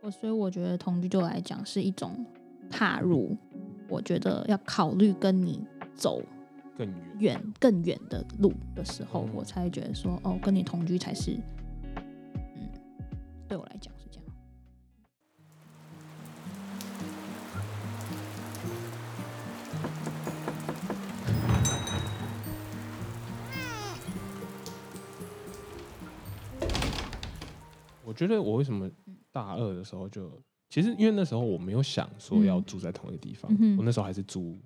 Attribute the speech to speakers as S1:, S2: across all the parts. S1: 我所以我觉得同居对我来讲是一种踏入，我觉得要考虑跟你走
S2: 更远。
S1: 远更远的路的时候，
S2: 嗯
S1: 我才会觉得说，哦，跟你同居才是，嗯，对我来讲是这样。
S2: 我觉得我为什么
S1: 嗯
S2: 大二的时候就，其实因为那时候我没有想说要住在同一个地方，
S1: 嗯哼
S2: 我那时候还是租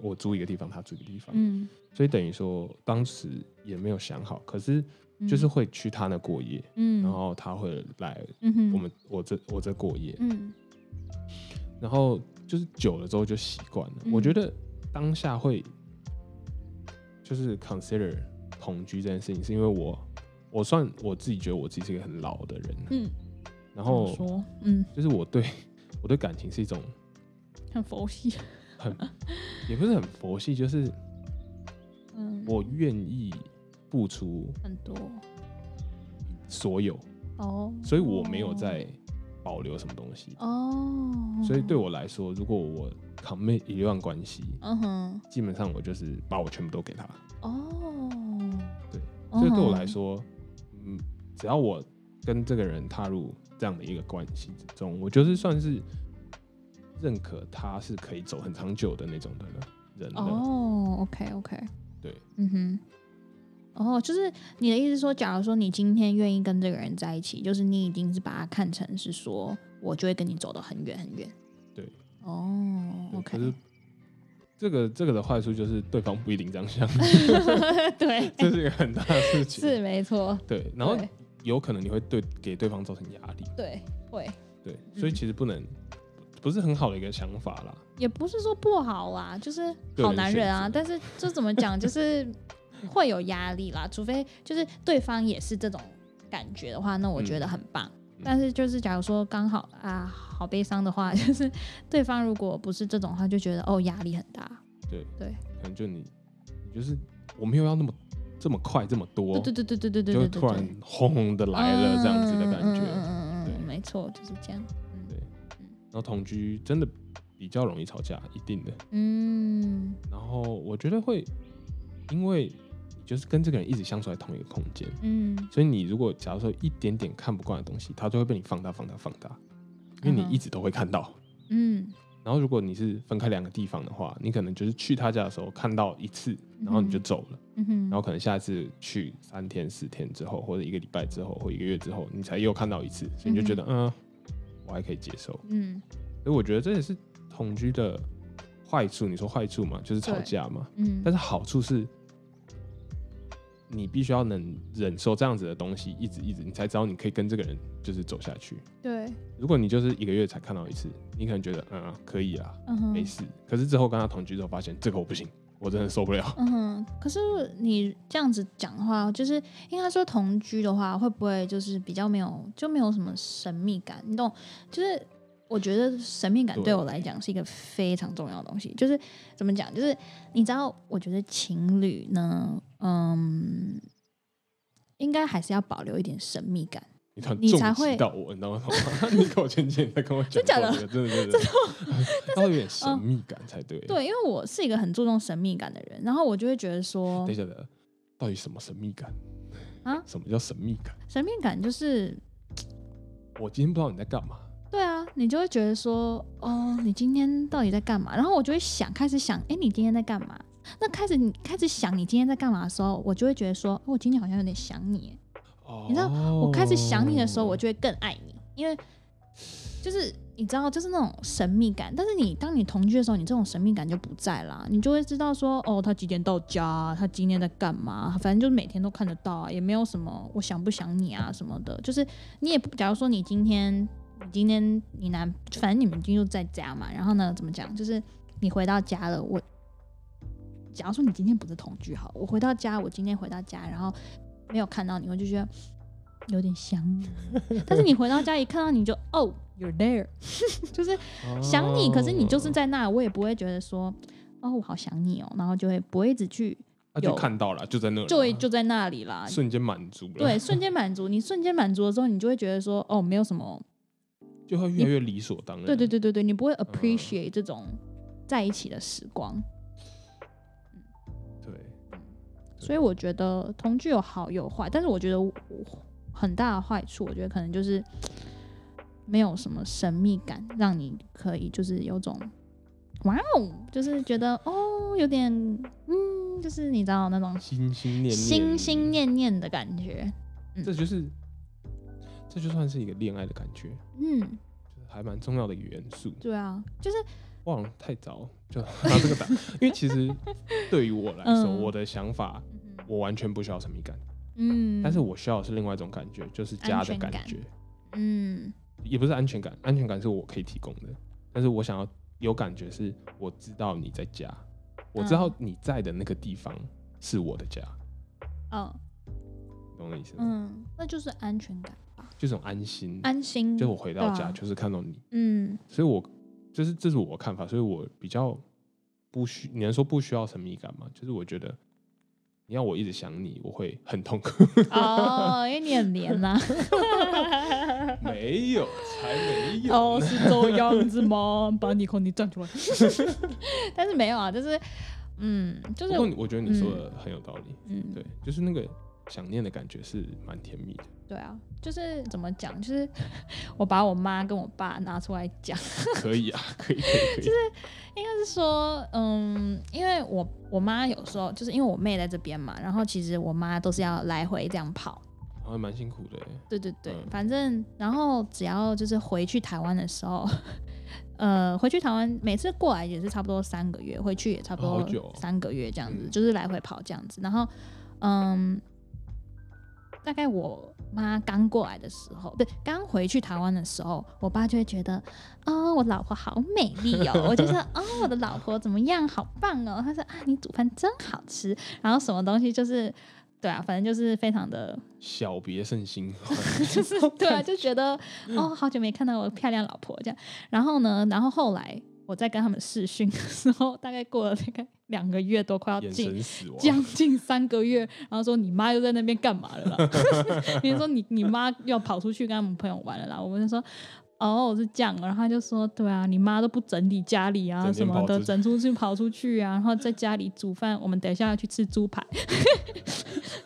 S2: 我我租一个地方，他租一个地方，
S1: 嗯，
S2: 所以等于说当时也没有想好，可是就是会去他那过夜，
S1: 嗯，
S2: 然后他会来
S1: 嗯哼
S2: 我们我这我这过夜，
S1: 嗯
S2: 然后就是久了之后就习惯了。
S1: 嗯
S2: 我觉得当下会就是 consider 同居这件事情，是因为我我算我自己觉得我自己是一个很老的人，
S1: 嗯，怎么
S2: 然后
S1: 说，嗯，
S2: 就是我对我对感情是一种
S1: 很佛系，
S2: 也不是很佛系，就是
S1: 嗯，
S2: 我愿意付出
S1: 很多
S2: 所有，
S1: 哦，
S2: 所以我没有在保留什么东西。
S1: 哦，
S2: 所以对，我来说，如果我 commit 一段关系，
S1: 嗯哼，
S2: 基本上我就是把我全部都给他。
S1: 哦，
S2: 对，
S1: 嗯
S2: 所以对
S1: 哼
S2: 我来，说，嗯，只要我跟这个人踏入这样的一个关系之中，我就是算是认可他是可以走很长久的那种的了人了。
S1: 哦，OK OK，
S2: 对，
S1: 嗯哼。哦，就是你的意思说，假如说你今天愿意跟这个人在一起，就是你已经是把他看成是说，我就会跟你走得很远很远。
S2: 对。
S1: 哦
S2: 对可是
S1: ，OK。
S2: 这个这个的坏处就是对方不一定这样想，
S1: 对，
S2: 这是一个很大的事情。
S1: 哎是没错，
S2: 对，然后
S1: 对
S2: 有可能你会对给对方造成压力，
S1: 对，会。
S2: 对，
S1: 嗯
S2: 所以其实不能，不是很好的一个想法啦。
S1: 也不是说不好啦，就是
S2: 个人
S1: 好男人啊，
S2: 选择
S1: 但是这怎么讲，就是 会有压力啦。除非就是对方也是这种感觉的话，那我觉得很棒。
S2: 嗯
S1: 但是就是假如说刚好啊，好悲伤的话， 就是对方如果不是这种的话，就觉得哦压力很大。
S2: 对
S1: 对，
S2: 可能就你，你就是我没有要那么这么快这么多，
S1: 对对对对对对
S2: 就
S1: 对
S2: 会
S1: 对，
S2: 突然轰轰的来了这样子的感
S1: 嗯嗯
S2: 觉。
S1: 嗯嗯
S2: 对
S1: 嗯，没错，就是这样。嗯
S2: 对然后同居真的比较容易吵架，一定的。
S1: 嗯
S2: 然后我觉得会，因为你就是跟这个人一直相处在同一个空间，
S1: 嗯
S2: 所以你如果假如说一点点看不惯的东西，它就会被你放大、放大、放大，因
S1: 嗯
S2: 为你
S1: 哼
S2: 一直都会看到。
S1: 嗯，
S2: 然后如果你是分开两个地方的话，你可能就是去他家的时候看到一次，然后你就走了，
S1: 嗯哼，
S2: 然后可能下一次去三天、四天之后，或者一个礼拜之后，或一个月之后，你才又看到一次，所以你就觉得嗯、我还可以接受。
S1: 嗯
S2: 所以我觉得这也是同居的坏处。你说坏处嘛，就是吵架嘛，
S1: 嗯，
S2: 但是好处是。你必须要能忍受这样子的东西，一直一直，你才知道你可以跟这个人就是走下去。
S1: 对，
S2: 如果你就是一个月才看到一次，你可能觉得嗯、啊可以啊，
S1: 嗯哼，
S2: 没事。可是之后跟他同居之后，发现这个我不行，我真的受不了。
S1: 嗯哼，可是你这样子讲的话，就是应该说同居的话，会不会就是比较没有就没有什么神秘感？你懂？就是我觉得神秘感
S2: 对
S1: 对我来讲是一个非常重要的东西。就是怎么讲？就是你知道，我觉得情侣呢，嗯，应该还是要保留一点神秘感。
S2: 你突然
S1: 你
S2: 重
S1: 才会
S2: 击到我，你知道吗？ 你跟我前几天在跟我讲
S1: 真假
S2: 过
S1: 的
S2: 这个，真的真 的，他会有点神秘感才对。，
S1: 嗯对，因哦为我是一个很注重神秘感的人，然后我就会觉得说
S2: 等一，下的，到底什么神秘感
S1: 啊
S2: 什么叫神秘感？
S1: 神秘感就是
S2: 我今天不知道你在干嘛。
S1: 对啊，你就会觉得说，哦，你今天到底在干嘛？然后我就会想，开始想，哎，你今天在干嘛？那开始你开始想你今天在干嘛的时候，我就会觉得说，哦我今天好像有点想你。
S2: 哦
S1: 你知道我开始想你的时候，我就会更爱你，因为就是你知道，就是那种神秘感。但是你当你同居的时候，你这种神秘感就不在啦，你就会知道说，哦，他几点到家，他今天在干嘛，反正就是每天都看得到啊，也没有什么我想不想你啊什么的。就是你也不，假如说你今天，你今天你男，反正你们今天就在家嘛，然后呢，怎么讲，就是你回到家了，我。假如说你今天不是同居好，我回到家，我今天回到家，然后没有看到你，我就觉得有点想你，但是你回到家一看到你就 哦，you're there，就是 想你，可是你就是
S2: 哦
S1: 在那，我也不会觉得说哦，我好想你哦，然后就会不会一直去，
S2: 啊就
S1: 有
S2: 看到了，就在那了，
S1: 就会就啊在那里 啦，
S2: 瞬间满足了。
S1: 对，，瞬间满足，你瞬间满足了之后，你就会觉得说哦，没有什么，
S2: 就会越来越理所当然。
S1: 对对对对对，你不会 appreciate 这种在一起的时光。
S2: 对
S1: 所以我觉得同居有好有坏，但是我觉得我很大的坏处，我觉得可能就是没有什么神秘感，让你可以就是有种哇哦，就是觉得哦有点嗯，就是你知道那种
S2: 心心念念，
S1: 心心，念念的感觉，
S2: 这就是这就算是一个恋爱的感觉，
S1: 嗯，
S2: 就是还蛮重要的一个元素。
S1: 对啊，就是
S2: 我好像太早就拿这个 打，因为其实对于我来说，
S1: 嗯
S2: 我的想法我完全不需要神秘感，
S1: 嗯，
S2: 嗯但是我需要的是另外一种感觉，就是家的
S1: 安全
S2: 感
S1: 感
S2: 觉，
S1: 嗯
S2: 也不是安全感，安全感是我可以提供的，但是我想要有感觉是我知道你在家，我知道
S1: 嗯
S2: 你在的那个地方是我的家，
S1: 哦
S2: 懂我的意思吗？
S1: 嗯，那就是安全感吧，
S2: 就这种安心，
S1: 安心，
S2: 就是我回到
S1: 对
S2: 家
S1: 啊
S2: 就是看到你，
S1: 嗯
S2: 所以我就是这是我的看法，所以我比较不需，你能说不需要神秘感吗？就是我觉得你要我一直想你，我会很 痛苦。
S1: 哦，因为你很黏呐、
S2: 没有，才没 有。
S1: 哦，是这样子吗？把你空你站出来。 但是没有啊，就是，嗯，就
S2: 不过
S1: 是，
S2: 你我觉得你说的很有道理，
S1: 嗯，
S2: 对，就是那个想念的感觉是蛮甜蜜的。
S1: 对啊，就是怎么讲，就是我把我妈跟我爸拿出来讲，
S2: 可以啊， 可以，可以，可以。
S1: 应该是说，嗯，因为我我妈有时候就是因为我妹在这边嘛，然后其实我妈都是要来回这样跑，
S2: 好像蛮辛苦的欸，
S1: 对对对，
S2: 嗯
S1: 反正然后只要就是回去台湾的时候，呃，回去台湾每次过来也是差不多三个月，回去也差不
S2: 哦好久哦
S1: 多三个月这样子，
S2: 嗯
S1: 就是来回跑这样子。然后，嗯，大概我妈刚过来的时候，对，刚回去台湾的时候，我爸就会觉得，哦，我老婆好美丽哦，我就说，哦，我的老婆怎么样，好棒哦。他说啊，你煮饭真好吃，然后什么东西就是。对啊，反正就是非常的
S2: 小别胜 新婚。
S1: 就是 对啊，就觉得哦，好久没看到我漂亮老婆这样。然后呢，然后后来我在跟他们试训的时候，大概过了大概两个月多，快要
S2: 眼
S1: 近
S2: 神死亡，
S1: 将近三个月， 然后说你妈又在那边干嘛 了啦？你说你你妈要跑出去跟他们朋友玩了啦？我们就说。哦，是这样哦，然后他就说，对啊，你妈都不整理家里啊
S2: 整
S1: 什
S2: 天
S1: 么
S2: 跑
S1: 的，
S2: 出去
S1: 整出去跑出去啊，然后在家里煮饭，我们等一下要去吃猪排，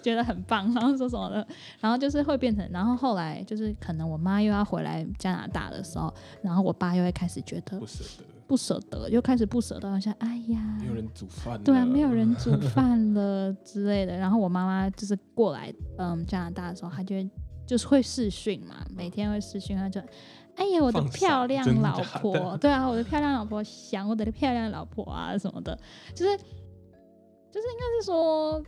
S1: 觉得很棒，然后说什么的，然后就是会变成，然后后来就是可能我妈又要回来加拿大的时候，然后我爸又会开始觉得
S2: 不舍得，
S1: 不舍得，又开始不舍得，好像哎呀，
S2: 没有人煮饭了，
S1: 对啊，没有人 煮饭了之类的。然后我妈妈就是过来，嗯，加拿大的时候，她就会就是会视讯嘛，每天会视讯，她就，哎呀，我的
S2: 放
S1: 漂
S2: 闪
S1: 亮
S2: 真的
S1: 老
S2: 假
S1: 婆，
S2: 的
S1: 对啊，我的漂亮老婆想我的漂亮老婆啊什么的，就是就是应该是说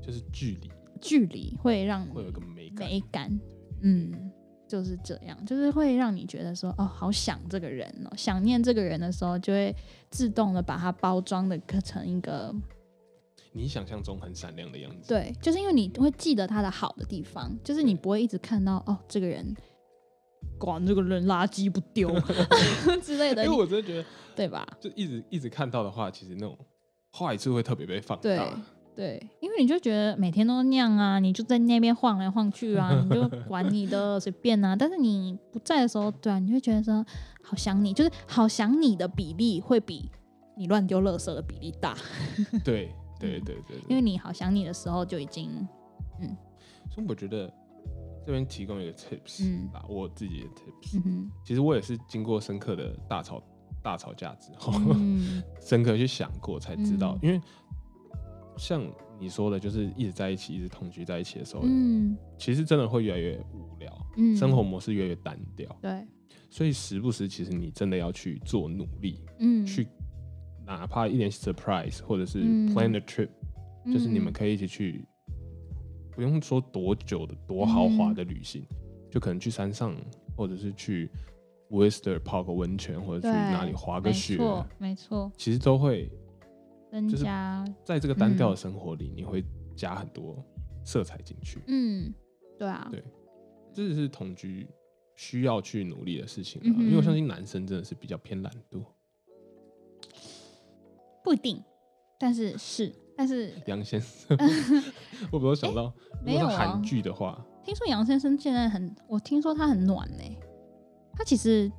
S2: 就是距离
S1: 距离会让
S2: 会有一
S1: 你
S2: 个美感。
S1: 美感，嗯。就是这样，就是会让你觉得说，哦，好想这个人哦，想念这个人的时候，就会自动的把它包装的成一个
S2: 你想象中很闪亮的样子，
S1: 对，就是因为你会记得他的好的地方，就是你不会一直看到哦，这个人管这个人垃圾不丢 之类的，
S2: 因为
S1: 你
S2: 我真的觉得，
S1: 对吧？
S2: 就一直一直看到的话，其实那种坏处会特别被放
S1: 对
S2: 大。
S1: 对，因为你就觉得每天都那样啊，你就在那边晃来晃去啊，你 就管你的随便啊。但是你不在的时候，对啊，你会觉得说好想你，就是好想你的比例会比你乱丢垃圾的比例大，
S2: 对对对对
S1: 嗯因
S2: 对，
S1: 为你好想你的时候就已经
S2: 所以我觉得这边提供一个 tips，
S1: 嗯
S2: 啊，我自己的 tips，
S1: 嗯
S2: 其实我也是经过深刻的大吵大吵架之后，
S1: 哼嗯
S2: 深刻去想过才知道，
S1: 嗯
S2: 因为像你说的，就是一直在一起，一直同居在一起的时候，
S1: 嗯
S2: 其实真的会越来越无聊，
S1: 嗯，
S2: 哦生活模式越来越单调，
S1: 对
S2: 所以时不时其实你真的要去做努力，
S1: 嗯
S2: 去哪怕一点 surprise，或者是
S1: 嗯
S2: plan a trip，、就是你们
S1: 嗯
S2: 可以一起去，不用说多久的多豪
S1: 嗯
S2: 华的旅行，就可能去山上，或者是去 Whistler 泡个温泉，或者去
S1: 对
S2: 哪里滑个雪
S1: 没，错，没错，
S2: 其实都会
S1: 增
S2: 就是
S1: 加，
S2: 在这个单
S1: 嗯
S2: 调的生活里，你会加很多色彩进去。
S1: 嗯，对啊，
S2: 对这是同居需要去努力的事情啊、
S1: 嗯哼
S2: 因为我相信男生真的是比较偏懒惰，
S1: 不一定，但是是，但是
S2: 杨先 生，我没有想到，
S1: 没有
S2: 如果
S1: 啊
S2: 是韩剧的话，
S1: 听说杨先生现在很，我听说他很暖呢、它其实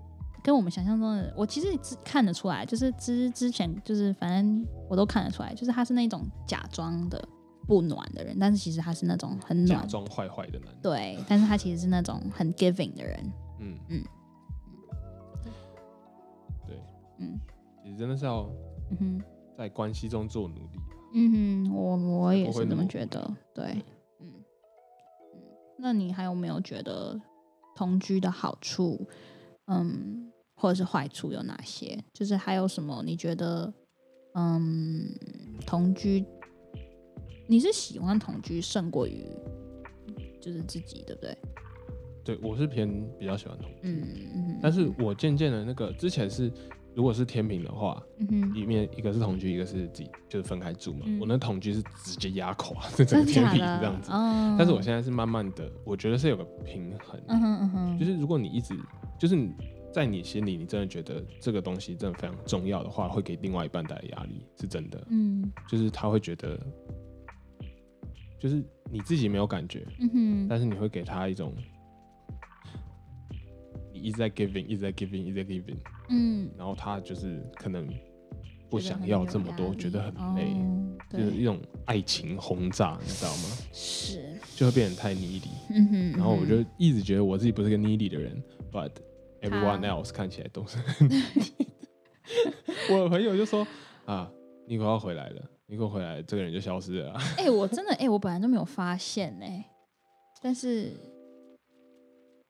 S1: 跟我们想象中的，我其实只看得出来，就是之之前就是反正我都看得出来，就是他是那种假装的不暖的人，但是其实他是那种很
S2: 假
S1: 暖，
S2: 装坏坏的男人。
S1: 对，但是他其实是那种很 giving 的人，
S2: 嗯
S1: 嗯，
S2: 对，
S1: 嗯
S2: 其实真的是要
S1: 嗯哼
S2: 在关系中做努力。啊
S1: 嗯哼，我我也
S2: 不会
S1: 是这
S2: 那
S1: 么
S2: 么
S1: 觉得，对
S2: 对，
S1: 嗯嗯，那你还有没有觉得同居的好处，嗯，或者是坏处有哪些？就是还有什么你觉得，嗯，同居，你是喜欢同居胜过于就是自己，对不对？
S2: 对我是偏比较喜欢同居，
S1: 嗯嗯，
S2: 但是我渐渐的那个之前是，如果是天平的话，
S1: 嗯哼，
S2: 里面一个是同居，一个是自己就是分开住嘛。
S1: 嗯
S2: 我那同居是直接压垮这
S1: 真
S2: 整个
S1: 的
S2: 天
S1: 假
S2: 平
S1: 的？
S2: 这样子。
S1: 嗯
S2: 但是我现在是慢慢的，我觉得是有个平衡，
S1: 嗯哼嗯哼，
S2: 就是如果你一直就是你在你心里，你真的觉得这个东西真的非常重要的话，会给另外一半带来压力，是真的。
S1: 嗯
S2: 就是他会觉得，就是你自己没有感觉，
S1: 嗯哼。
S2: 但是你会给他一种，你一直在 giving，一直在 giving，一直在 giving，
S1: 嗯，
S2: 然后他就是可能不
S1: 觉得
S2: 想
S1: 很
S2: 要
S1: 有
S2: 这么
S1: 压
S2: 多，
S1: 力
S2: 觉得很累，
S1: 哦
S2: 就是一
S1: 对，
S2: 种爱情轰炸，你知道吗？
S1: 是，
S2: 就会变得太 needy。
S1: 嗯哼。
S2: 然后我
S1: 嗯
S2: 就一直觉得我自己不是个 needy 的人，but everyone
S1: 他
S2: else 看起来都是 很 needy 的。我朋友就说啊，尼克要回来了，尼克回来了，这个人就消失了啊、
S1: 哎、我真的哎、我本来都没有发现哎、但是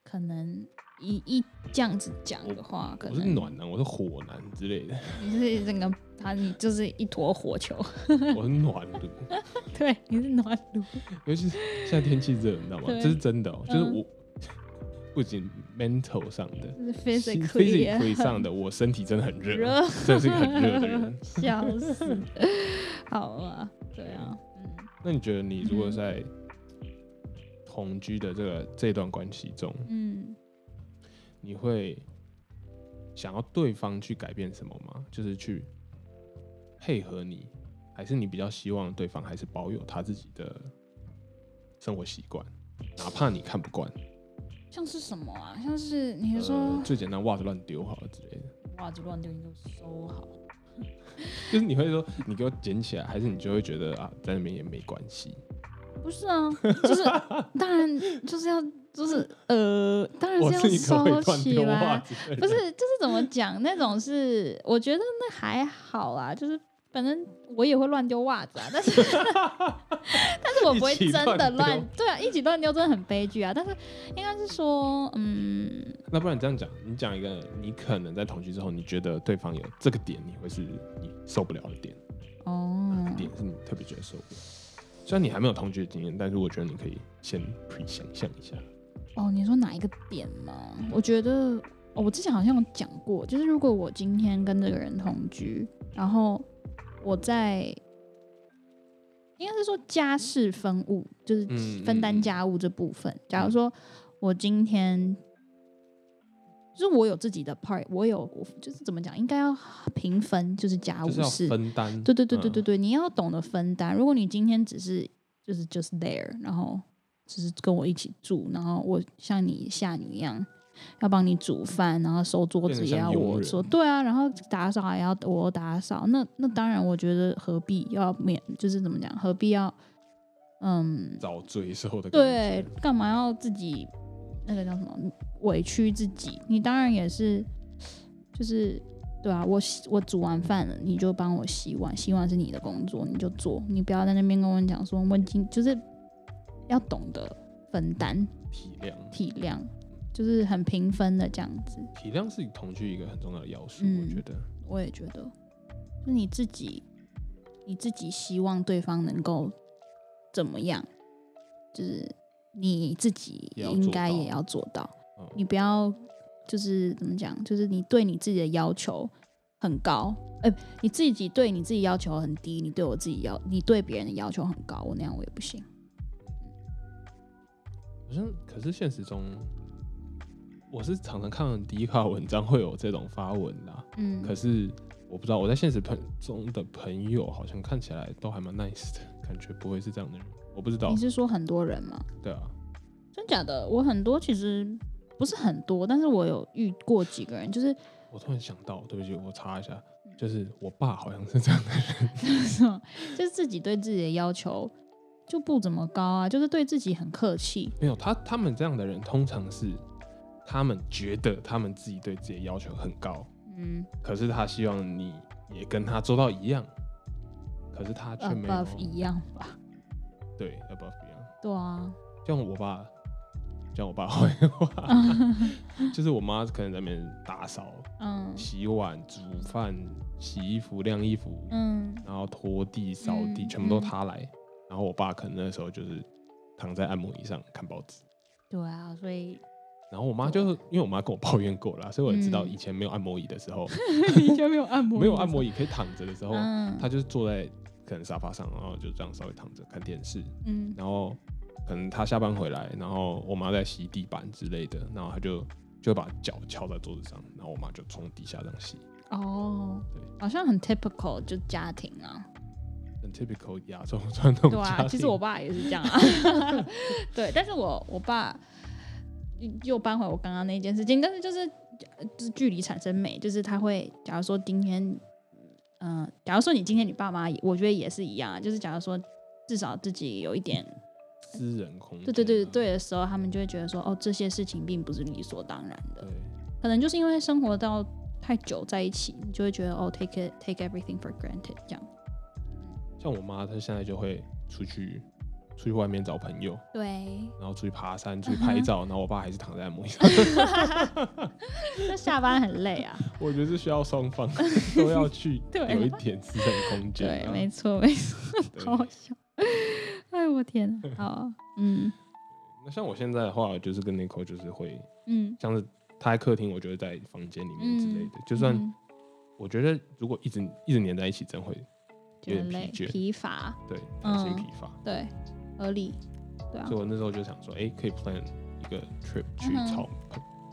S1: 可能一一这样子讲的话，可
S2: 我是
S1: 能
S2: 暖男，我是火男之类的，
S1: 你是整个他，你就是一坨火球，
S2: 我是暖炉。
S1: 对，你是暖炉，
S2: 尤其是现在天气热，你知道吗？
S1: 对
S2: 这是真的、哦，就是
S1: 嗯
S2: 我、 不仅 mental 上的
S1: 就是
S2: 心
S1: physically 也
S2: physically 上的，我身体真的很热，
S1: 热。
S2: 真的是一个很热的 人
S1: 笑死，好啊，对啊，嗯
S2: 那你觉得你如果
S1: 嗯
S2: 在同居的这个这段关系中，
S1: 嗯。
S2: 你会想要对方去改变什么吗？就是去配合你，还是你比较希望对方还是保有他自己的生活习惯，哪怕你看不惯，
S1: 像是什么啊？像是你是说
S2: 呃，最简单袜子乱丢好了之类的，
S1: 袜子乱丢，你都收好。
S2: 就是你会说你给我捡起来，还是你就会觉得啊，在那边也没关系，
S1: 不是啊，就是 当然就是要就是呃，当然
S2: 我
S1: 是
S2: 自己可
S1: 要
S2: 会
S1: 收
S2: 乱
S1: 起
S2: 丢袜
S1: 来。
S2: 子 的人，
S1: 不是，就是怎么讲那种是，我觉得那还好啦，就是反正我也会乱丢袜子啊，但是 但是我不会
S2: 一起
S1: 真的
S2: 乱丢
S1: 乱，对啊，一起乱丢真的很悲剧啊。但是应该是说，嗯，
S2: 那不然这样讲，你讲一个你可能在同居之后，你觉得对方有这个点，你会是你受不了的点，哪
S1: 哦
S2: 个，点是你特别觉得受不了？虽然你还没有同居的经验，但是我觉得你可以先 pre 想象一下。
S1: 哦，你说哪一个点吗？我觉得、哦我之前好像有讲过，就是如果我今天跟这个人同居，然后我在应该是说家事分务，就是
S2: 嗯
S1: 分担
S2: 嗯
S1: 家务这部分。假如说我今天就是我有自己的 part，我有就是怎么讲，应该要平分，就是家务
S2: 就是要
S1: 事。
S2: 分担。
S1: 啊对对对对对
S2: 嗯
S1: 对，你要懂得分担。如果你今天只是就是 just there，然后只是跟我一起住，然后我像你下女一样，要帮你煮饭，然后收桌
S2: 变
S1: 子
S2: 得
S1: 也
S2: 像
S1: 要
S2: 佣
S1: 我
S2: 人
S1: 做，对啊，然后打扫也要我打扫。那那当然，我觉得何必要免，就是怎么讲，何必要嗯，
S2: 找罪受的感
S1: 对
S2: 觉。，
S1: 干嘛要自己那个叫什么委屈自己？你当然也是，就是对啊，我洗我煮完饭了，你就帮我洗碗，洗碗是你的工作，你就做，你不要在那边跟我讲说我已经就是要懂得分担
S2: 体谅，
S1: 体谅，就是很平分的这样子。
S2: 体谅是同居一个很重要的要素，
S1: 嗯
S2: 我觉得。
S1: 我也觉得，就你自己，你自己希望对方能够怎么样，就是你自己
S2: 也要
S1: 应
S2: 做
S1: 该
S2: 到
S1: 也要做到。
S2: 嗯，
S1: 你不要就是怎么讲，就是你对你自己的要求很高，哎、你自己对你自己要求很低，你对我自己要，你对别人的要求很高，我那样我也不行。
S2: 好像可是现实中，我是常常看迪卡文章会有这种发文啦、
S1: 嗯，
S2: 可是我不知道，我在现实朋中的朋友好像看起来都还蛮 nice 的，感觉不会是这样的人。我不知道
S1: 你，是说很多人吗？
S2: 对啊，
S1: 真假的？我很多其实不是很多，但是我有遇过几个人，就是
S2: 我突然想到，对不起，我查一下，
S1: 嗯
S2: 就是我爸好像是这样的人，
S1: 就是自己对自己的要求就不怎么高啊，就是对自己很客气。
S2: 没有他他们这样的人通常是他们觉得他们自己对自己的要求很高，
S1: 嗯
S2: 可是他希望你也跟他做到一样，可是他却没有
S1: ，above 一样吧？
S2: 对 above 一样。
S1: 对啊，
S2: 像我爸，像我爸会 话，就是我妈可能在那边打扫、
S1: 嗯
S2: 洗碗、煮饭、洗衣服、晾衣服，
S1: 嗯，
S2: 然后拖地、扫地，
S1: 嗯
S2: 全部都
S1: 嗯
S2: 他来。然后我爸可能那时候就是躺在按摩椅上看报纸。
S1: 对啊，所以
S2: 然后我妈就是因为我妈跟我抱怨过了，所以我也知道
S1: 哦嗯
S2: 以前没有按摩椅的时 候，
S1: 你就没有按摩
S2: 没有按摩椅可以躺着的时候，
S1: 嗯
S2: 她就是坐在可能沙发上，然后就这样稍微躺着看电视，
S1: 嗯
S2: 然后可能他下班回来，然后我妈在洗地板之类的，然后他就就把脚翘在桌子上，然后我妈就从底下这样洗，
S1: 哦
S2: 对，
S1: 好像很 typical 就家庭啊，
S2: 很 typical 亚 洲传统
S1: 对
S2: 家
S1: 啊，
S2: 庭。
S1: 其实我爸也是这样啊， 对，但是我我爸又搬回我刚刚那件事情，但是就是就是距离产生美，就是他会，假如说今天，嗯、假如说你今天你爸妈也，我觉得也是一样啊，就是假如说至少自己有一点，
S2: 嗯私人空间、啊
S1: 对对对对，的时候，他们就会觉得说，哦，这些事情并不是理所当然的
S2: 对，，
S1: 可能就是因为生活到太久在一起，你就会觉得哦，take it take everything for granted 这样，
S2: 像我妈她现在就会出去出去外面找朋友，
S1: 对，
S2: 然后出去爬山，出去
S1: 嗯
S2: 拍照，然后我爸还是躺在摩椅上，
S1: 就下班很累啊。
S2: 我觉得是需要 双方都要去
S1: 对啊
S2: 有一点私人空 间、
S1: 对，
S2: 啊，
S1: 没错，没错，
S2: 对
S1: 好好笑。 哎，我天 哪！好啊，嗯
S2: 那像我现在的话，就是跟 Nico 就是会
S1: 嗯
S2: 像是他在客厅，我就会在房间里面之类的。
S1: 嗯
S2: 就算
S1: 嗯
S2: 我觉得，如果一直一直黏在一起，真会
S1: 觉得
S2: 有点
S1: 累、
S2: 疲倦
S1: 疲乏，
S2: 对
S1: 嗯
S2: 担心疲乏。
S1: 对，合理，对啊
S2: 所以，我那时候就想说，哎、可以 plan 一个 trip 去
S1: 嗯哼
S2: 草、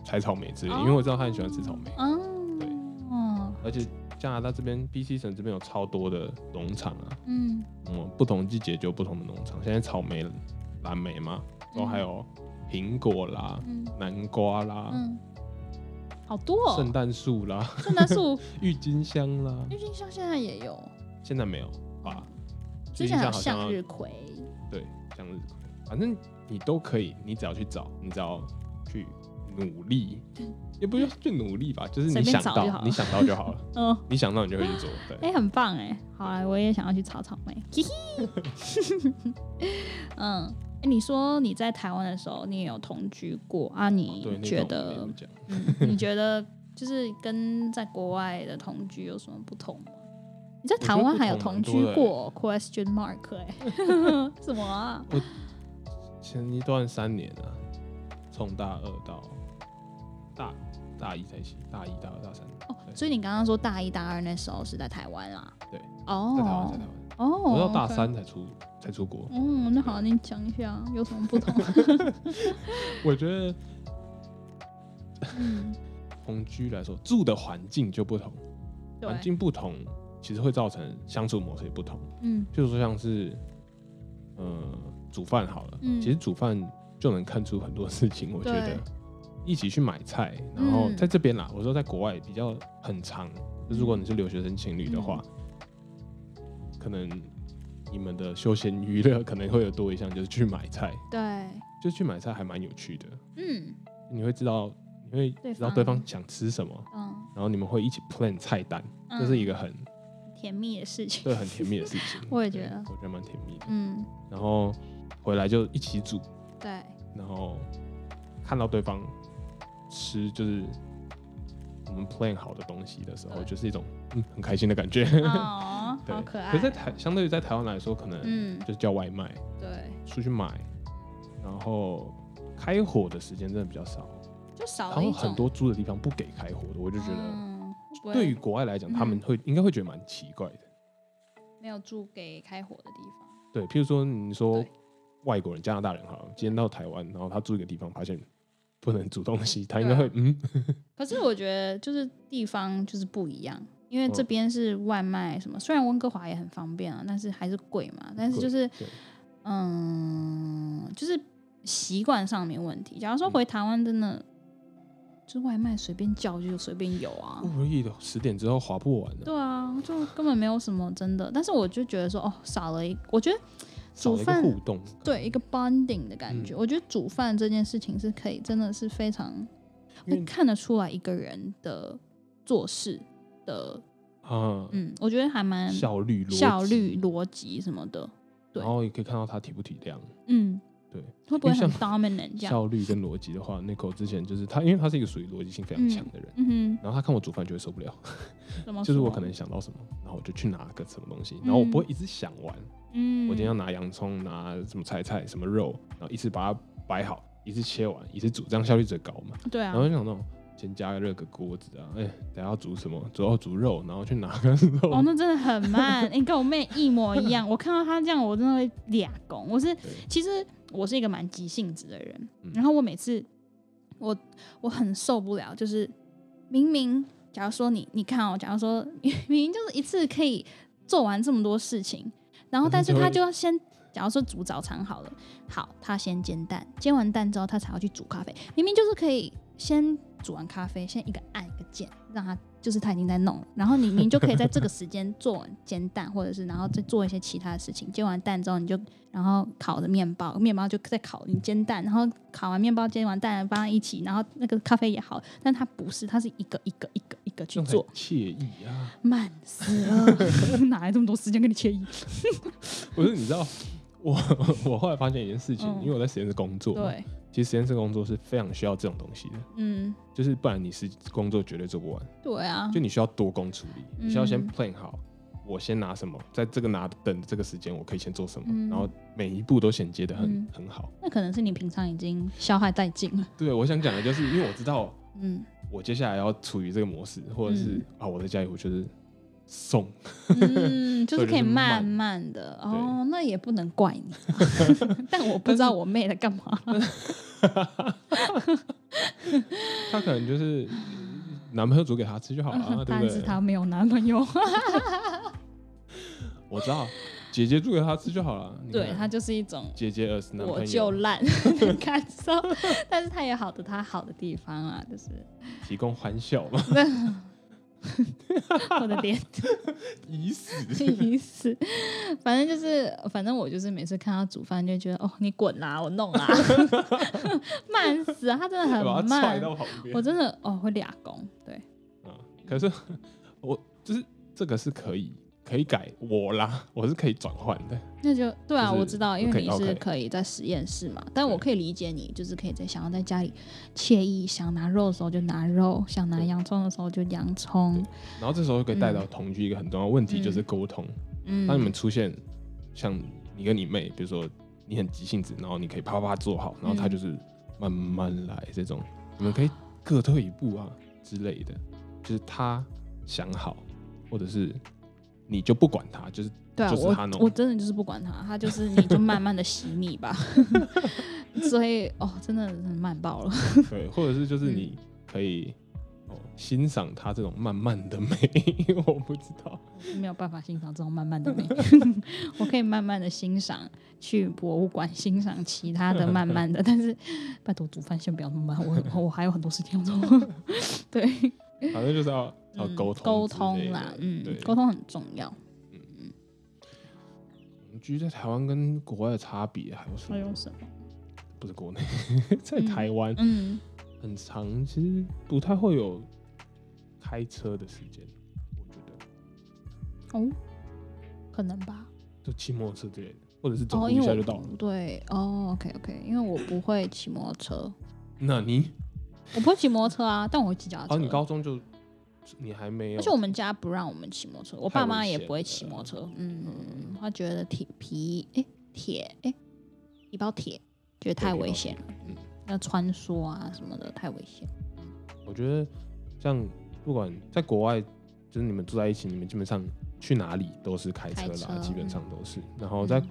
S2: 采草莓之类的，
S1: 哦
S2: 因为我知道他很喜欢吃草莓，
S1: 嗯，
S2: 对
S1: 哦，
S2: 而且加拿大这边 BC 省这边有超多的农场啊，
S1: 嗯，
S2: 嗯，不同季节就有不同的农场。现在草莓、蓝莓嘛，然后还有苹果啦、
S1: 嗯
S2: 南瓜啦、
S1: 嗯，好多
S2: 圣
S1: 哦，
S2: 诞 树啦、
S1: 圣诞树，
S2: 郁金香啦，
S1: 郁金香现在也有，
S2: 现在没有吧？郁
S1: 之
S2: 金
S1: 前还有
S2: 香好像
S1: 向
S2: 要
S1: 日葵，
S2: 对，这样子，反正你都可以，你只要去找，你只要去努力，也不用去努力吧，就是
S1: 嗯随
S2: 你
S1: 便
S2: 想
S1: 找就好
S2: 到，
S1: 了
S2: 你想到就好了，
S1: 嗯，
S2: 你想到你就会去做。对，
S1: 哎，很棒哎，好啊，我也想要去草草莓，嘿嘿， 嗯。哎你说你在台湾的时候，你也有同居过啊？
S2: 哦对，
S1: 你
S2: 那
S1: 觉
S2: 个我没
S1: 得
S2: 有 讲，
S1: 嗯你觉得就是跟在国外的同居有什么不同吗？你在台湾还有同居
S2: 欸
S1: 过？Question mark 哎、 什么啊？
S2: 前一段三年啊，从大二到大大一在一起，大一、大二、大三，
S1: 哦，
S2: 对
S1: 所以你刚刚说大一、大二那时候是在台湾啦？
S2: 对，
S1: 哦，
S2: 在台湾，在台湾，
S1: 哦，
S2: 我到大
S1: OK。
S2: 三才出才出国，
S1: 嗯，那好，你讲一下有什么不同？
S2: 我觉得
S1: 嗯，
S2: 同居来说，住的环境就不同，环
S1: 对，
S2: 境不同，其实会造成相处模式也不同。
S1: 嗯
S2: 就是说像是，呃，煮饭好了，
S1: 嗯
S2: 其实煮饭就能看出很多事情。我觉
S1: 对
S2: 得一起去买菜，然后
S1: 嗯
S2: 在这边啦，我说在国外比较很长。就如果你是留学生情侣的话，
S1: 嗯
S2: 可能你们的休闲娱乐可能会有多一项，就是去买菜。
S1: 对，
S2: 就去买菜还蛮有趣的，
S1: 嗯
S2: 你会知道，你会
S1: 对
S2: 知道
S1: 方
S2: 对方想吃什么，
S1: 嗯，
S2: 然后你们会一起 plan 菜单，这是一个很
S1: 嗯甜蜜的事 情。
S2: 对很甜蜜的事情
S1: 。我也
S2: 对
S1: 觉得
S2: 我觉得蛮甜蜜的。
S1: 嗯，
S2: 然后回来就一起煮，
S1: 对，
S2: 然后看到对方吃就是我们 plan 好的东西的时候，
S1: 对
S2: 就是一种嗯很开心 的感觉。，
S1: 哦
S2: 对，
S1: 好可爱。
S2: 是在台相对于在台湾来说，可能
S1: 嗯，
S2: 就是叫外卖、
S1: 对，
S2: 出去买，然后开火的时间真的比较少，
S1: 就少
S2: 然
S1: 了一
S2: 后
S1: 种。
S2: 很多租的地方不给开火的，我就觉得。
S1: 嗯、会不会
S2: 对于国外来讲，他们会应该会觉得蛮奇怪的。
S1: 没有住给开火的地方。
S2: 对，譬如说你说
S1: 对
S2: 外国人、加拿大人好了，今天到台湾，然后他住一个地方，发现不能煮东西，他应该
S1: 对
S2: 会
S1: 啊
S2: 嗯，
S1: 可是我觉得就是地方就是不一样，因为
S2: 嗯
S1: 这边是外卖什么，虽然温哥华也很方便啊，但是还是贵嘛。但是就是
S2: 对嗯
S1: 嗯，就是习惯上面问题。假如说回台湾真的就是外卖随便叫就随便有啊。
S2: 不容易的，十点之后划不完的、
S1: 对啊，就根本没有什么真的，但是我就觉得说，哦，少了一，我觉得
S2: 少
S1: 煮
S2: 了一个
S1: 饭
S2: 互动。
S1: 对一个 bonding 的感觉，
S2: 嗯
S1: 我觉得煮饭这件事情是可以，真的是非常
S2: 因
S1: 会
S2: 为
S1: 看得出来一个人的做事的，
S2: 啊，
S1: 嗯，我觉得还蛮
S2: 效率逻辑
S1: 效率、逻辑什么的，对
S2: 然后也可以看到他体不体谅。
S1: 嗯，
S2: 对，
S1: 会不会
S2: 因为
S1: 很
S2: 像
S1: dominant 这样？
S2: 效率跟逻辑的话，Nico 之前就是他，因为他是一个属于逻辑性非常强的人，
S1: 嗯哦
S2: 然后他看我煮饭就会受不了，
S1: 哼，怎么
S2: 就是我
S1: 说
S2: 可能想到什么，然后我就去拿个什么东西，然后我不会一直想完，
S1: 嗯，
S2: 我今天要拿洋葱，拿什么菜菜，什么肉，然后一次把它摆好，一次切完，一次煮，这样效率最高嘛。
S1: 对啊
S2: 然，后就想那种先加热个锅子啊，哎、等下要煮什么？主要煮肉，然后去拿个肉。
S1: 哦，那真的很 慢，欸你、跟我妹一模一样。我看到她这样，我真的会俩拱。我是
S2: 对
S1: 其实我是一个蛮急性子的人，
S2: 嗯
S1: 然后我每次我我很受不了，就是明明假如说你你看哦，假如说明明就是一次可以做完这么多事情，然后但
S2: 但
S1: 是
S2: 是
S1: 他
S2: 就会
S1: 就要先。假如说煮早餐好了，好，他先煎蛋，煎完蛋之后他才要去煮咖啡。明明就是可以先煮完咖啡，先一个按一个键，让他就是他已经在弄了，然后你你就可以在这个时间做完煎蛋，或者是然后再做一些其他的事情。煎完蛋之后，你就然后烤的面包，面包就再烤你煎蛋，然后烤完面包煎完蛋放在一起，然后那个咖啡也好，但它不是，它是一个一个一个一个
S2: 这
S1: 去
S2: 样才
S1: 做，
S2: 惬意啊！
S1: 慢死了，哪来这么多时间跟你惬意？
S2: 不是，你知道我 我后来发现一件事情，
S1: 嗯
S2: 因为我在实验室工作，，
S1: 对，
S2: 其实实验室工作是非常需要这种东西的，
S1: 嗯，
S2: 就是不然你是工作绝对做不完，
S1: 对啊
S2: 就，你需要多工处理，你需要先
S1: 嗯
S2: plan 好。我先拿什么，在这个拿等这个时间，我可以先做什么，
S1: 嗯
S2: 然后每一步都衔接的很、
S1: 嗯
S2: 很好。
S1: 那可能是你平常已经消耗殆尽了，
S2: 对，我想讲的就是，因为我知道
S1: 嗯
S2: 我接下来要处于这个模式，或者是、
S1: 嗯
S2: 啊，我在家里我就是送，
S1: 嗯，就是
S2: 所以就是
S1: 可以慢
S2: 慢
S1: 慢的
S2: 对
S1: 哦，那也不能怪你，啊 但我不知道我妹在干嘛，
S2: 啊他可能就是男朋友煮给他吃就
S1: 嗯
S2: 好了、啊，对不
S1: 但是
S2: 对？
S1: 她没有男朋友，
S2: 我知道，姐姐煮给他吃就好了。你看
S1: 对她就是一种
S2: 姐姐二十男
S1: 我
S2: 朋
S1: 就
S2: 友
S1: 烂 的感受，但是他也好的，他好的地方啊，就是
S2: 提供欢笑嘛，
S1: 我的脸
S2: 已死。
S1: 意思，反正就是，反正我就是每次看他煮饭就觉得，哦，你滚啦，我 弄啦， 慢死啊，他真的
S2: 哎把
S1: 很
S2: 他踹
S1: 慢，
S2: 到旁边
S1: 我真的哦会俩工，对，
S2: 啊！可是我就是这个是可以可以改我啦，我是可以转换的。
S1: 那就对啊，
S2: 就是
S1: 我知道，因为
S2: OK，
S1: 你是
S2: OK
S1: 可以在实验室嘛，但我
S2: 对
S1: 可以理解你，就是可以在想要在家里惬意，想拿肉的时候就拿肉，想拿
S2: 对
S1: 洋葱的时候就洋葱，
S2: 然后这时候可以带到同居一个很重要的问题，
S1: 嗯
S2: 就是沟通。
S1: 嗯，
S2: 当你们出现像你跟你妹，比如说你很急性子，然后你可以啪啪啪做好，然后
S1: 嗯
S2: 她就是慢慢来这种，你们可以各退一步啊之类的，就是她想好，或者是你就不管她，就是
S1: 对啊，
S2: 就是
S1: 我
S2: 他弄
S1: 我真的就是不管他，他就是你就慢慢的洗你 吧。所以哦，真的很慢爆了。
S2: 对，或者是
S1: 嗯
S2: 就是你可以。哦欣赏她这种慢慢的美， 我不知道。
S1: 没有办法欣赏这种慢慢 的美，我可以慢慢的欣赏，去博物馆欣赏其他的慢慢 的，但是拜托煮饭先不要那么慢，我我还有很多事情要做。 对，
S2: 反正就是要要
S1: 嗯
S2: 沟通、
S1: 沟通啦，嗯
S2: 对，，
S1: 沟通很重要。
S2: 同居在台湾跟国外的差别还有什
S1: 还有
S2: 么？
S1: 什么？
S2: 不是国内， 在台湾
S1: 嗯，
S2: 很长，其实不太会有开车的时间，我觉得
S1: 哦，可能吧。
S2: 就骑摩托车之类的，或者是走
S1: 哦，
S2: 路
S1: 因
S2: 一
S1: 为
S2: 下
S1: 我
S2: 就到了。
S1: 不对哦，OK OK，因为我不会骑摩托车。
S2: 那你
S1: 我不会骑摩托车啊，但我会骑脚踏车。
S2: 好，哦你高中就你还没有，
S1: 而且我们家不让我们骑摩托车，我爸妈
S2: 太危
S1: 也
S2: 险
S1: 不会骑摩托车。嗯，他觉得铁皮诶，铁诶，一包铁，觉得太危险了。嗯
S2: 嗯，
S1: 要穿梭啊什么的太危险。
S2: 我觉得像不管在国外，就是你们住在一起，你们基本上去哪里都是开车啦，
S1: 开车
S2: 基本上都是。然后
S1: 嗯
S2: 在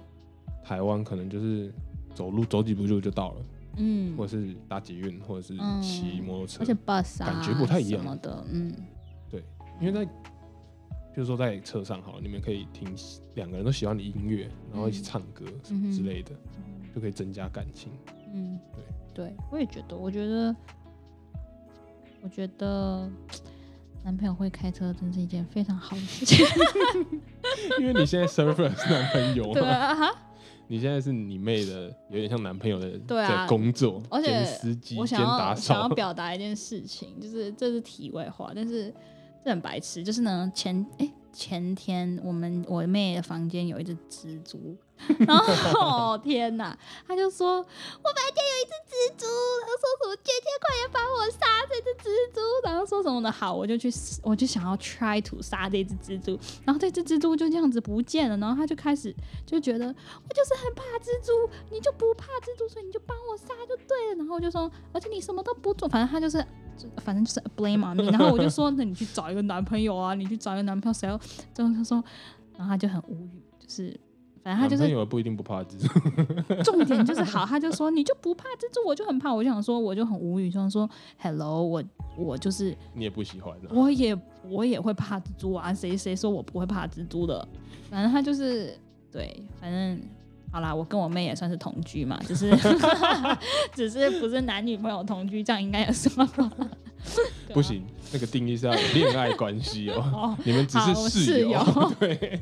S2: 台湾可能就是走路走几步就就到了，
S1: 嗯，
S2: 或者是搭捷运，或者是
S1: 嗯
S2: 骑摩托车。
S1: 而且 bus 啊
S2: 感觉不太一样
S1: 什么的，嗯
S2: 因为在，比如说在车上好了，你们可以听两个人都喜欢的音乐，然
S1: 嗯
S2: 后一起唱歌什么之类的，就 可以增加感情。
S1: 嗯，
S2: 对
S1: 对，我也觉得，我觉得我觉得男朋友会开车真是一件非常好的事情。
S2: 因为你现在身份是男朋友
S1: 对
S2: 嘛，
S1: 啊，哈
S2: 你现在是你妹的，有点像男朋友的
S1: 对啊
S2: 的工作，
S1: 而且
S2: 兼司机
S1: 我
S2: 兼
S1: 想
S2: 打
S1: 要想要
S2: 扫，
S1: 表达一件事情，就是这是题外话，但是这很白痴。就是呢，前哎、前天我们我妹的房间有一只蜘蛛，然后哦天哪，她就说我房间有一只蜘蛛，然后说什么姐姐快点帮我杀这只蜘蛛，然后说什么的好，我就去我就想要 try to 杀这只蜘蛛，然后这只蜘蛛就这样子不见了，然后她就开始就觉得我就是很怕蜘蛛，你就不怕蜘蛛，所以你就帮我杀就对了。然后我就说，而且你什么都不做，反正他就是，就反正就是 blame on me。然后我就说，那你去找一个男朋友啊，你去找一个男朋友，谁要？最后他说，然后他就很无语，就是反正他
S2: 男
S1: 就
S2: 朋
S1: 是
S2: 友不一定不怕蜘蛛，
S1: 重点就是好，他就说你就不怕蜘蛛，我就很怕，我就想说我就很无语，就想说 hello，我我就是
S2: 你也不喜欢啊。
S1: 我也我也会怕蜘蛛啊，谁谁说我不会怕蜘蛛的？反正他就是对，反正好啦，我跟我妹也算是同居嘛，只 是 只是不是男女朋友同居，这样应该也算吧？对啊
S2: 不行，那个定义是要有恋爱关系哦，
S1: 哦，
S2: 你们只
S1: 好
S2: 是室友，
S1: 室
S2: 对，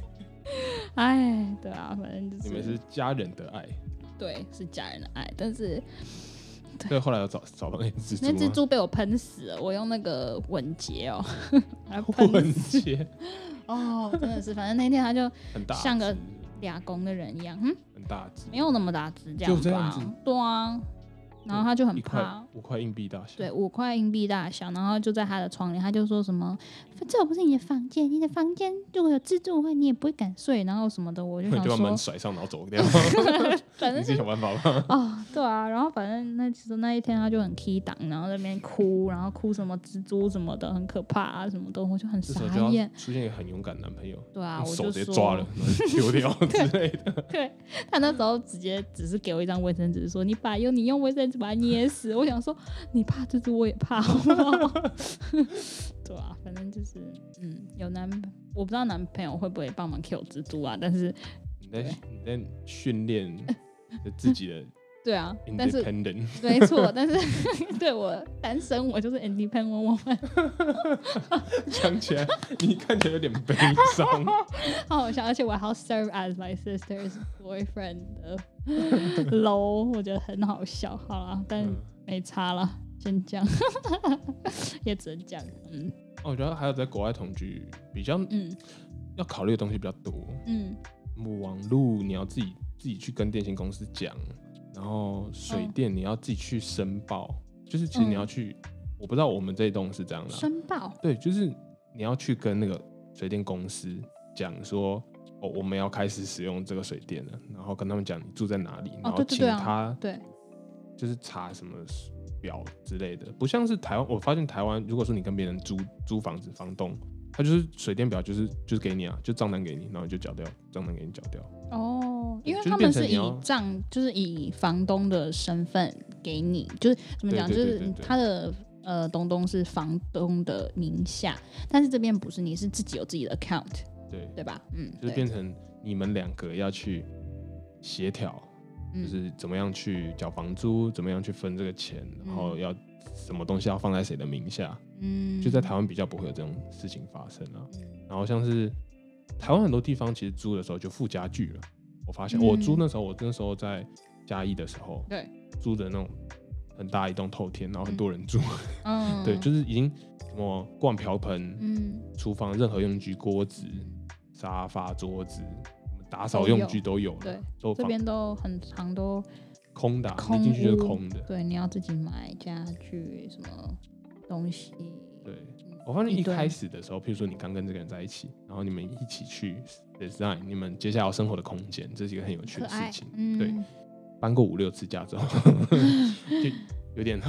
S1: 哎，对啊，反正就是
S2: 你们是家人的爱。
S1: 对是家人的爱，但是
S2: 所以后来有找找到那只蜘蛛
S1: 那
S2: 吗，
S1: 蜘蛛被我喷死了，我用那个吻结 哦，还
S2: 混
S1: 喷死
S2: 血
S1: 哦，真的是，反正那天他就
S2: 很大只，
S1: 像个俩公的人一样，嗯。
S2: 很大只，
S1: 没有那么大只，这样
S2: 就这样
S1: 吧
S2: 子
S1: 对啊，然后他就很
S2: 一
S1: 怕
S2: 块，五块硬币大小，
S1: 对，，五块硬币大小，然后就在他的床帘，他就说什么，这又不是你的房间，你的房间如果有蜘蛛的话，你也不会敢睡，然后什么的，我就
S2: 就
S1: 想
S2: 把门
S1: 说，
S2: 甩上，然后 走掉，
S1: 反
S2: 你
S1: 正
S2: 自己
S1: 就
S2: 想办法吧。
S1: 哦，对啊，然后反正那其实那一天他就很 key 档，然后在那边哭，然后哭什么蜘蛛什么的，很可怕啊什么的，我就很
S2: 这
S1: 傻
S2: 时候就要
S1: 眼，
S2: 出现一个很勇敢的男朋友，
S1: 对啊，
S2: 用
S1: 我
S2: 手
S1: 就
S2: 直接
S1: 说
S2: 抓了，然后丢掉之类的。
S1: 对他那时候直接只是给我一张卫生纸，说你把用你用卫生纸把它捏死。我想说你怕蜘蛛，我也怕，好不好？ 对啊，反正就是嗯，有男我不知道男朋友会不会帮忙 kill 蜘蛛啊，但是
S2: 你在你在 训练自己的
S1: 对啊，但是
S2: independent，
S1: 没错，但是 对我单身，我就是 independent woman，
S2: 讲起来你看起来有点悲 伤。
S1: 好好笑，而且我还要 serve as my sister's boyfriend 的 low，我觉得很好笑。好啦，但
S2: 嗯
S1: 没差了，先这样， 也只能这样，嗯
S2: 哦我觉得还有在国外同居，比较
S1: 嗯。
S2: 要考虑的东西比较多。
S1: 嗯，
S2: 网路你要自己自己去跟电信公司讲，然后水
S1: 嗯
S2: 电你要自己去申报，就是其实你
S1: 嗯
S2: 要去，我不知道我们这一栋是这样啦，
S1: 申报，
S2: 对，就是你要去跟那个水电公司讲说，哦，我们要开始使用这个水电了，然后跟他们讲你住在哪里，然后
S1: 对对
S2: 请
S1: 对啊
S2: 他
S1: 对，
S2: 就是查什么表之类的，不像是台湾，我发现台湾如果说你跟别人租租房子，房东他就是水电表就是就是给你啊，就账单给你，然后你就缴掉，账单给你缴掉。
S1: 哦，因为
S2: 就是
S1: 他
S2: 变
S1: 们
S2: 成
S1: 是
S2: 你要
S1: 以账，就是以房东的身份给你，就是怎么
S2: 对
S1: 讲，就
S2: 对对对
S1: 是
S2: 对
S1: 他的呃东东是房东的名下，但是这边不是，你是自己有自己的 account，
S2: 对，
S1: 对吧？嗯，
S2: 就是
S1: 对，
S2: 变成你们两个要去协调，就
S1: 嗯
S2: 是怎么样去缴房租，怎么样去分这个钱，然后要什么东西要放在谁的名下，
S1: 嗯，
S2: 就在台湾比较不会有这种事情发生啊。
S1: 嗯，
S2: 然后像是台湾很多地方其实租的时候就附家具了，我发现
S1: 嗯
S2: 我租那时候我那时候在嘉义的时候，
S1: 对，
S2: 租的那种很大一栋透天，然后很多人住，
S1: 嗯，
S2: 对，就是已经什么灌瓢盆、
S1: 嗯，
S2: 厨房任何用具、锅子、沙发、桌子。打扫用具都有了，
S1: 对，
S2: 都
S1: 这
S2: 放
S1: 边都很常都
S2: 空的啊、
S1: 空
S2: 你进去就是
S1: 屋
S2: 空的。
S1: 对，你要自己买家具什么东西，
S2: 对
S1: 嗯，
S2: 我发现
S1: 一
S2: 一
S1: 堆
S2: 开始的时候，譬如说你刚跟这个人在一起，然后你们一起去 design 你们接下来要生活的空间，这是一个很有趣
S1: 可
S2: 的
S1: 爱
S2: 事情，。
S1: 嗯，
S2: 对，搬过五六次 家之后，就有点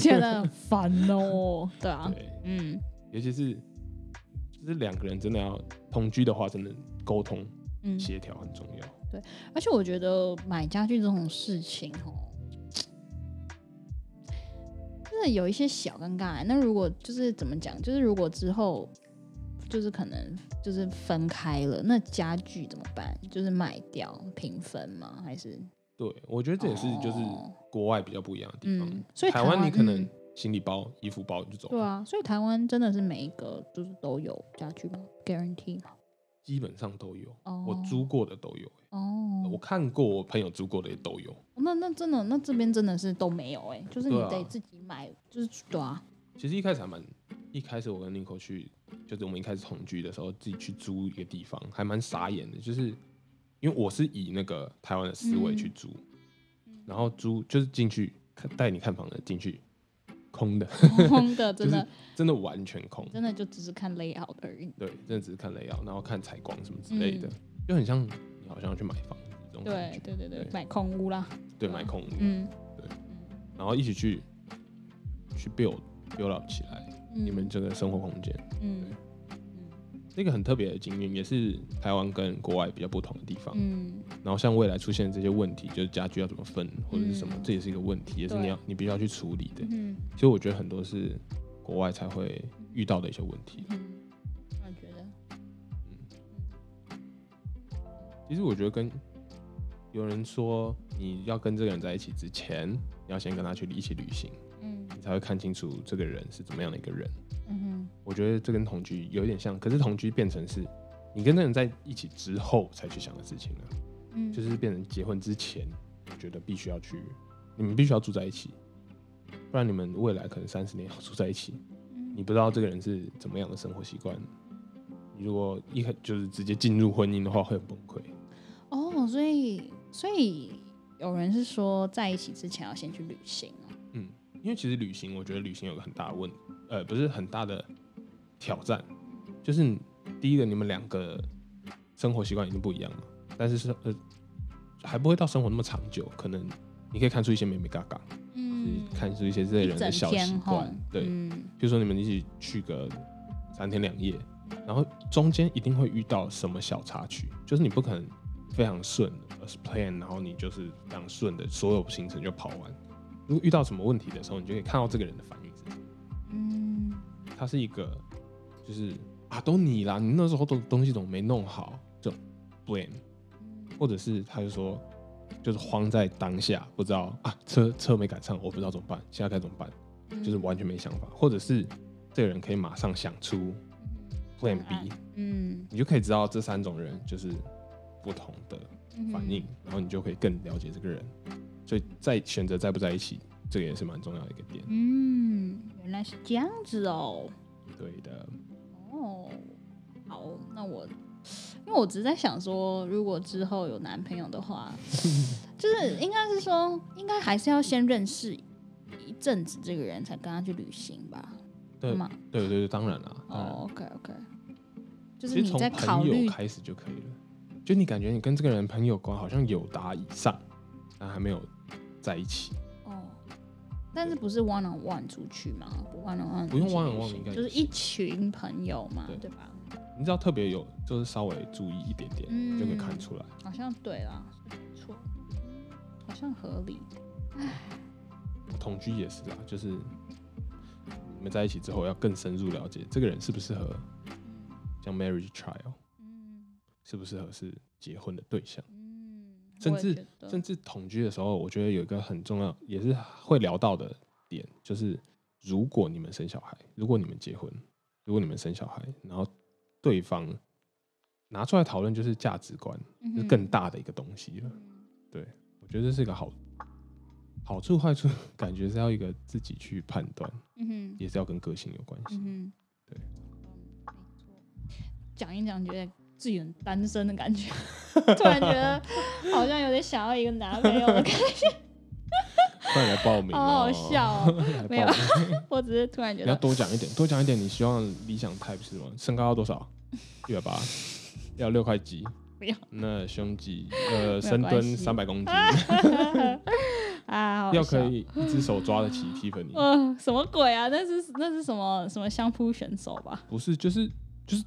S1: 觉得很烦哦。对啊，
S2: 对，
S1: 嗯
S2: 尤其是就是两个人真的要同居的话，真的沟通
S1: 嗯，
S2: 协调很重要。
S1: 而且我觉得买家具这种事情哦，真的有一些小尴尬欸。那如果就是怎么讲，就是如果之后就是可能就是分开了，那家具怎么办？就是卖掉平分吗？还是
S2: 对，我觉得这也是就是
S1: 哦
S2: 国外比较不一样的地方
S1: 嗯，。所以
S2: 台湾你可能
S1: 嗯
S2: 行李包、衣服包你就走
S1: 对
S2: 了，
S1: 啊，所以台湾真的是每一个就是都有家具吗？guarantee 吗？
S2: 基本上都有。
S1: 哦，
S2: 我租过的都有、我
S1: 哦，
S2: 看过我朋友租过的也都有。
S1: 那那真的那这边真的是都没有哎、就是你
S2: 对啊
S1: 得自己买，就是对啊，
S2: 其实一开始还蛮，一开始我跟 Nico 去，就是我们一开始同居的时候，自己去租一个地方，还蛮傻眼的，就是因为我是以那个台湾的思维去租，嗯然后租就是进去看带你看房的进去，空的，
S1: 空的真的、
S2: 就是真的完全空，
S1: 真的就只是看 layout 而已。
S2: 对，真的只是看雷 a 然后看采光什么之类的，就很像你好像要去买房子这种感
S1: 对
S2: 觉，
S1: 对对对，
S2: 对
S1: 买空屋啦，
S2: 对，买空屋，
S1: 嗯，
S2: 然后一起去去 build build up 起来，
S1: 嗯
S2: 你们这个生活空间。
S1: 嗯
S2: 那个很特别的经验，也是台湾跟国外比较不同的地方。
S1: 嗯，
S2: 然后像未来出现的这些问题，就是家具要怎么分或者是什么，
S1: 嗯
S2: 这也是一个问题，也是你要你必须要去处理的。
S1: 嗯
S2: 其实我觉得很多是国外才会遇到的一些问题。
S1: 嗯，我觉得，
S2: 其实我觉得跟有人说你要跟这个人在一起之前，你要先跟他去一起旅行，
S1: 嗯
S2: 你才会看清楚这个人是怎么样的一个人。
S1: 嗯哼
S2: 我觉得这跟同居有一点像，可是同居变成是你跟那个人在一起之后才去想的事情了。
S1: 嗯，
S2: 就是变成结婚之前，我觉得必须要去，你们必须要住在一起，不然你们未来可能三十年要住在一起，
S1: 嗯
S2: 你不知道这个人是怎么样的生活习惯。你如果一开就是直接进入婚姻的话，会很崩溃。
S1: 哦，所以所以有人是说在一起之前要先去旅行哦，
S2: 嗯，因为其实旅行，我觉得旅行有个很大的问，呃，不是很大的挑战，就是第一个，你们两个生活习惯已经不一样了，但是是呃还不会到生活那么长久，可能你可以看出一些美美嘎嘎。
S1: 嗯，
S2: 看出一些这类
S1: 一
S2: 人的
S1: 整
S2: 小习
S1: 天
S2: 惯
S1: 吼，
S2: 对，比
S1: 嗯
S2: 如说你们一起去个三天两夜，然后中间一定会遇到什么小插曲，就是你不可能非常顺 as plan，然后你就是非常顺的所有行程就跑完。如果遇到什么问题的时候，你就可以看到这个人的反应是什么。
S1: 嗯
S2: 他是一个就是啊，都你啦，你那时候的东西怎么没弄好？就 blame，或者是他就说就是慌在当下，不知道啊车车没赶上，我不知道怎么办，现在该怎么办？就是完全没想法，或者是这个人可以马上想出 Plan
S1: 方案
S2: B，
S1: 嗯
S2: 你就可以知道这三种人就是不同的
S1: 嗯
S2: 反应，然后你就可以更了解这个人。所以在选择在不在一起，这个也是蛮重要的一个点。
S1: 嗯，原来是这样子哦。
S2: 对的，
S1: 哦，好，那我因为我只是在想说，如果之后有男朋友的 话，就是应该是说，应该还是要先认识一阵子这个人，才跟他去旅行吧？
S2: 对
S1: 吗？
S2: 对对对，当然啦，当然。
S1: 哦，OK OK，就是
S2: 其实
S1: 你
S2: 从
S1: 在考
S2: 朋
S1: 虑
S2: 友开始就可以了。就你感觉你跟这个人朋友关好像有达以上，但还没有在一起，
S1: 哦，但是不是 one on one 出去吗？不 one on one
S2: 不用
S1: 出去
S2: one on
S1: 旅
S2: one
S1: 行
S2: 应该
S1: 就是
S2: 也行
S1: 一群朋友嘛，
S2: 对
S1: 对吧？
S2: 你知道特别有就是稍微注意一点点、
S1: 嗯
S2: 就可以看出来。
S1: 好像对啦，是没错，好像合理。
S2: 同居也是啦，就是你们在一起之后要更深入了解这个人适不适合像 marriage trial，
S1: 嗯
S2: 适不适合是结婚的对象。
S1: 嗯，
S2: 甚
S1: 我也
S2: 至
S1: 觉得
S2: 甚至同居的时候，我觉得有一个很重要，也是会聊到的点，就是如果你们生小孩，如果你们结婚，如果你们生小孩，然后对方拿出来讨论，就是价值观，就是
S1: 嗯
S2: 更大的一个东西了。对我觉得这是一个好好处，坏处感觉是要一个自己去判断，
S1: 嗯哼，
S2: 也是要跟个性有关系。
S1: 嗯哼，
S2: 对
S1: 嗯，没错。讲一讲，觉得自己很单身的感觉，突然觉 得好像有点想要一个男朋友的感觉，
S2: 快来报名、哦，
S1: 好好笑哦。
S2: 来报
S1: 没有
S2: 名，
S1: 我只是突然觉
S2: 你要
S1: 得，
S2: 多讲一点，多讲一点。你希望理想 type 是什么？身高要多少？一百八，要六块肌。
S1: 不要
S2: 那胸 肌，
S1: 关
S2: 呃，
S1: 系
S2: 深蹲三百公斤，
S1: 啊，好好
S2: 要可
S1: 笑。
S2: 以一只手抓得起 Tiffany，
S1: 呃，什么鬼啊？那是那是什么什么相扑选手吧？
S2: 不是，就是就是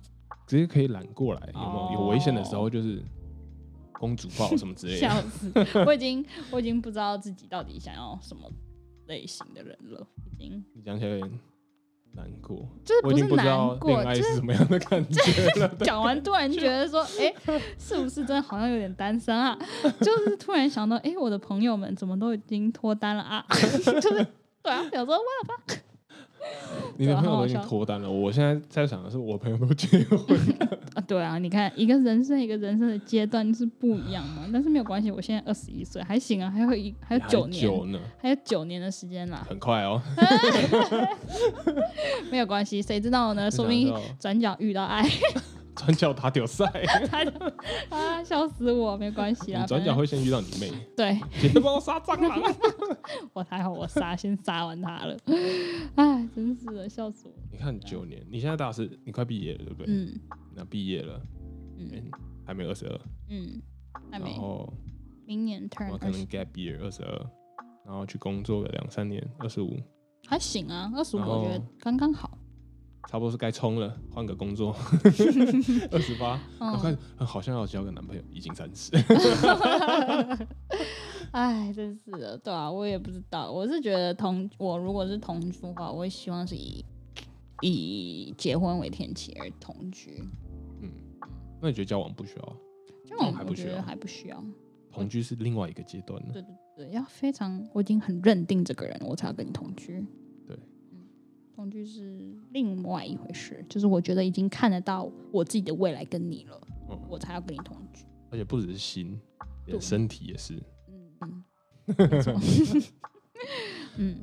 S2: 直接可以揽过来，有没
S1: 哦
S2: 有？有危险的时候就是公主抱什么之类
S1: 笑
S2: 的。
S1: 死！我已经我已经不知道自己到底想要什么类型的人了，已经
S2: 你讲起来有点难过，
S1: 就是
S2: 我
S1: 不
S2: 已
S1: 是
S2: 经不知道
S1: 难过
S2: 恋，爱
S1: 就是
S2: 是什么样的感觉了。
S1: 讲完突然觉得说，哎、是不是真的好像有点单身啊？ 就是突然 想到，哎、我的朋友们怎么都已经脱单了啊？就是对啊，想说哇吧，
S2: 你的
S1: 对
S2: 朋
S1: 很
S2: 友
S1: 好
S2: 都已经
S1: 笑
S2: 脱单了，我现在在想的是，我朋友都结婚了，
S1: 啊，对啊，你看一个人生一个人生的阶段是不一样嘛，但是没有关系，我现在二十一岁，还行啊，还有一还有九
S2: 还
S1: 年，
S2: 久呢，
S1: 还有九年的时间啦，
S2: 很快哦。
S1: 没有关系，谁知道呢？说不定
S2: 没想到
S1: 转角遇到爱，
S2: 转角打丢赛，
S1: 他就啊，笑死我，没关系
S2: 你
S1: 啦，
S2: 转
S1: 反
S2: 角
S1: 正
S2: 会先遇到你 妹，
S1: 对
S2: 结果我杀蟑螂。啊
S1: 我还好，我杀先杀完他了，哎，真是的，笑死我，
S2: 你看九年，你现在大四，你快毕业了，对不对？
S1: 嗯
S2: 那毕业了，
S1: 嗯
S2: 嗯，还没二十二，
S1: 嗯，还
S2: 然
S1: 没，
S2: 后
S1: 明年
S2: 我
S1: turn
S2: 可
S1: 二
S2: 能
S1: 十，
S2: gap year 二十二，然后去工作个两三年，二十五，
S1: 还行啊，二十五
S2: 然后
S1: 我觉得刚刚好，
S2: 差不多是该冲了，换个 工作，二十八，
S1: 嗯
S2: 然后开始呃好像要交个男朋友，已经三十，
S1: 哎，真是的，对啊，我也不知道，我是觉得同我如果是同居的话，我会希望是以以结婚为天期而同居，
S2: 嗯，那你觉得交往不需要？
S1: 这
S2: 哦
S1: 种
S2: 还
S1: 我
S2: 不需
S1: 觉得
S2: 要
S1: 还不需要，
S2: 同居是另外一个阶段呢
S1: 对，对对，要非常我已经很认定这个人，我才要跟你同居。
S2: 对
S1: 嗯，同居是另外一回事，就是我觉得已经看得到我自己的未来跟你了，
S2: 嗯
S1: 我才要跟你同居。
S2: 而且不只是心，连
S1: 对
S2: 身体也是。
S1: 嗯嗯，没错嗯，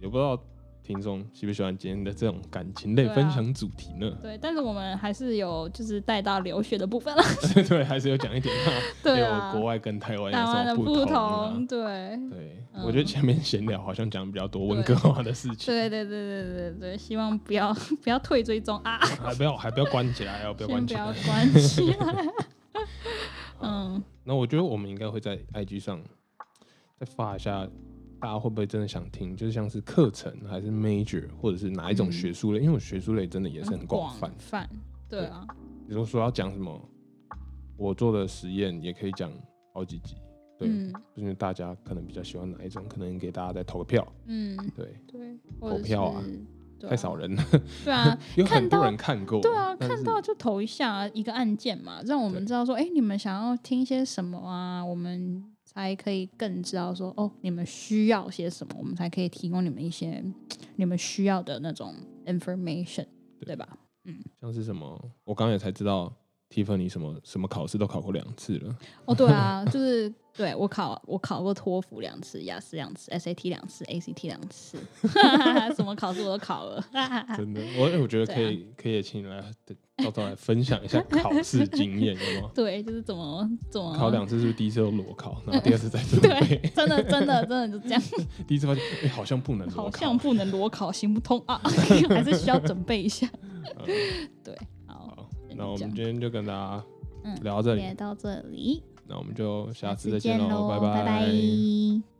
S2: 也不知道听众喜不喜欢今天的这种感情类
S1: 啊
S2: 分享主题呢？
S1: 对，但是我们还是有就是带到留学的部分了。
S2: 对还是有讲一点啊，
S1: 对啊，
S2: 有国外跟台湾有
S1: 台湾
S2: 什
S1: 的
S2: 么
S1: 不
S2: 同啊
S1: 同，？对。
S2: 对，
S1: 嗯
S2: 我觉得前面闲聊好像讲比较多温哥华的事情，
S1: 对对对对对对，希望不要不要退追踪啊，
S2: 还不要还不要关起来哦，不要
S1: 先
S2: 关
S1: 不
S2: 起
S1: 要
S2: 来。
S1: 关起来。嗯，
S2: 那我觉得我们应该会在 IG 上再发一下，大家会不会真的想听？就是像是课程还是 major，或者是哪一种
S1: 嗯
S2: 学术类？因为我学术类真的也是很广泛
S1: 泛。，对啊，
S2: 比如说要讲什么，我做的实验也可以讲好几集。对，
S1: 嗯
S2: 就是大家可能比较喜欢哪一种，可能给大家再投个票。
S1: 嗯，
S2: 对，
S1: 对，
S2: 投票啊，
S1: 对啊，
S2: 太少人了，
S1: 对啊，
S2: 有
S1: 看
S2: 很多
S1: 到
S2: 人看过。
S1: 对啊，
S2: 但是
S1: 看到就投一下啊一个案件嘛，让我们
S2: 对
S1: 知道说，哎、你们想要听些什么啊，我们才可以更知道说，哦，你们需要些什么，我们才可以提供你们一些你们需要的那种 information，
S2: 对
S1: 对吧？
S2: 像是什么，我刚刚也才知道，Tiffany 什么什么考试都考过两次了。
S1: 哦，对啊，就是对我考我考过托福两次，雅思两次，SAT 两次，ACT 两次， 什么考试我都考了。
S2: 真的，我我觉得可
S1: 啊对啊
S2: 以，可以也请你来，到时候来分享一下考试经验，有 吗？
S1: 对，就是怎么怎么
S2: 考两次是不是第一次都裸考，然后第二次再准备，
S1: 真的真的真的就这样，
S2: 第一次发现哎、好像不能裸
S1: 好
S2: 考
S1: 像。不能裸考行不通 啊， 还是需要准备一下。
S2: 嗯
S1: 对，好，
S2: 好，
S1: 那就
S2: 那我
S1: 这样
S2: 们今天就跟大家
S1: 嗯
S2: 聊到这里，
S1: 也到这里，
S2: 那我们就下次再见
S1: 见喽，
S2: 喽，拜
S1: 拜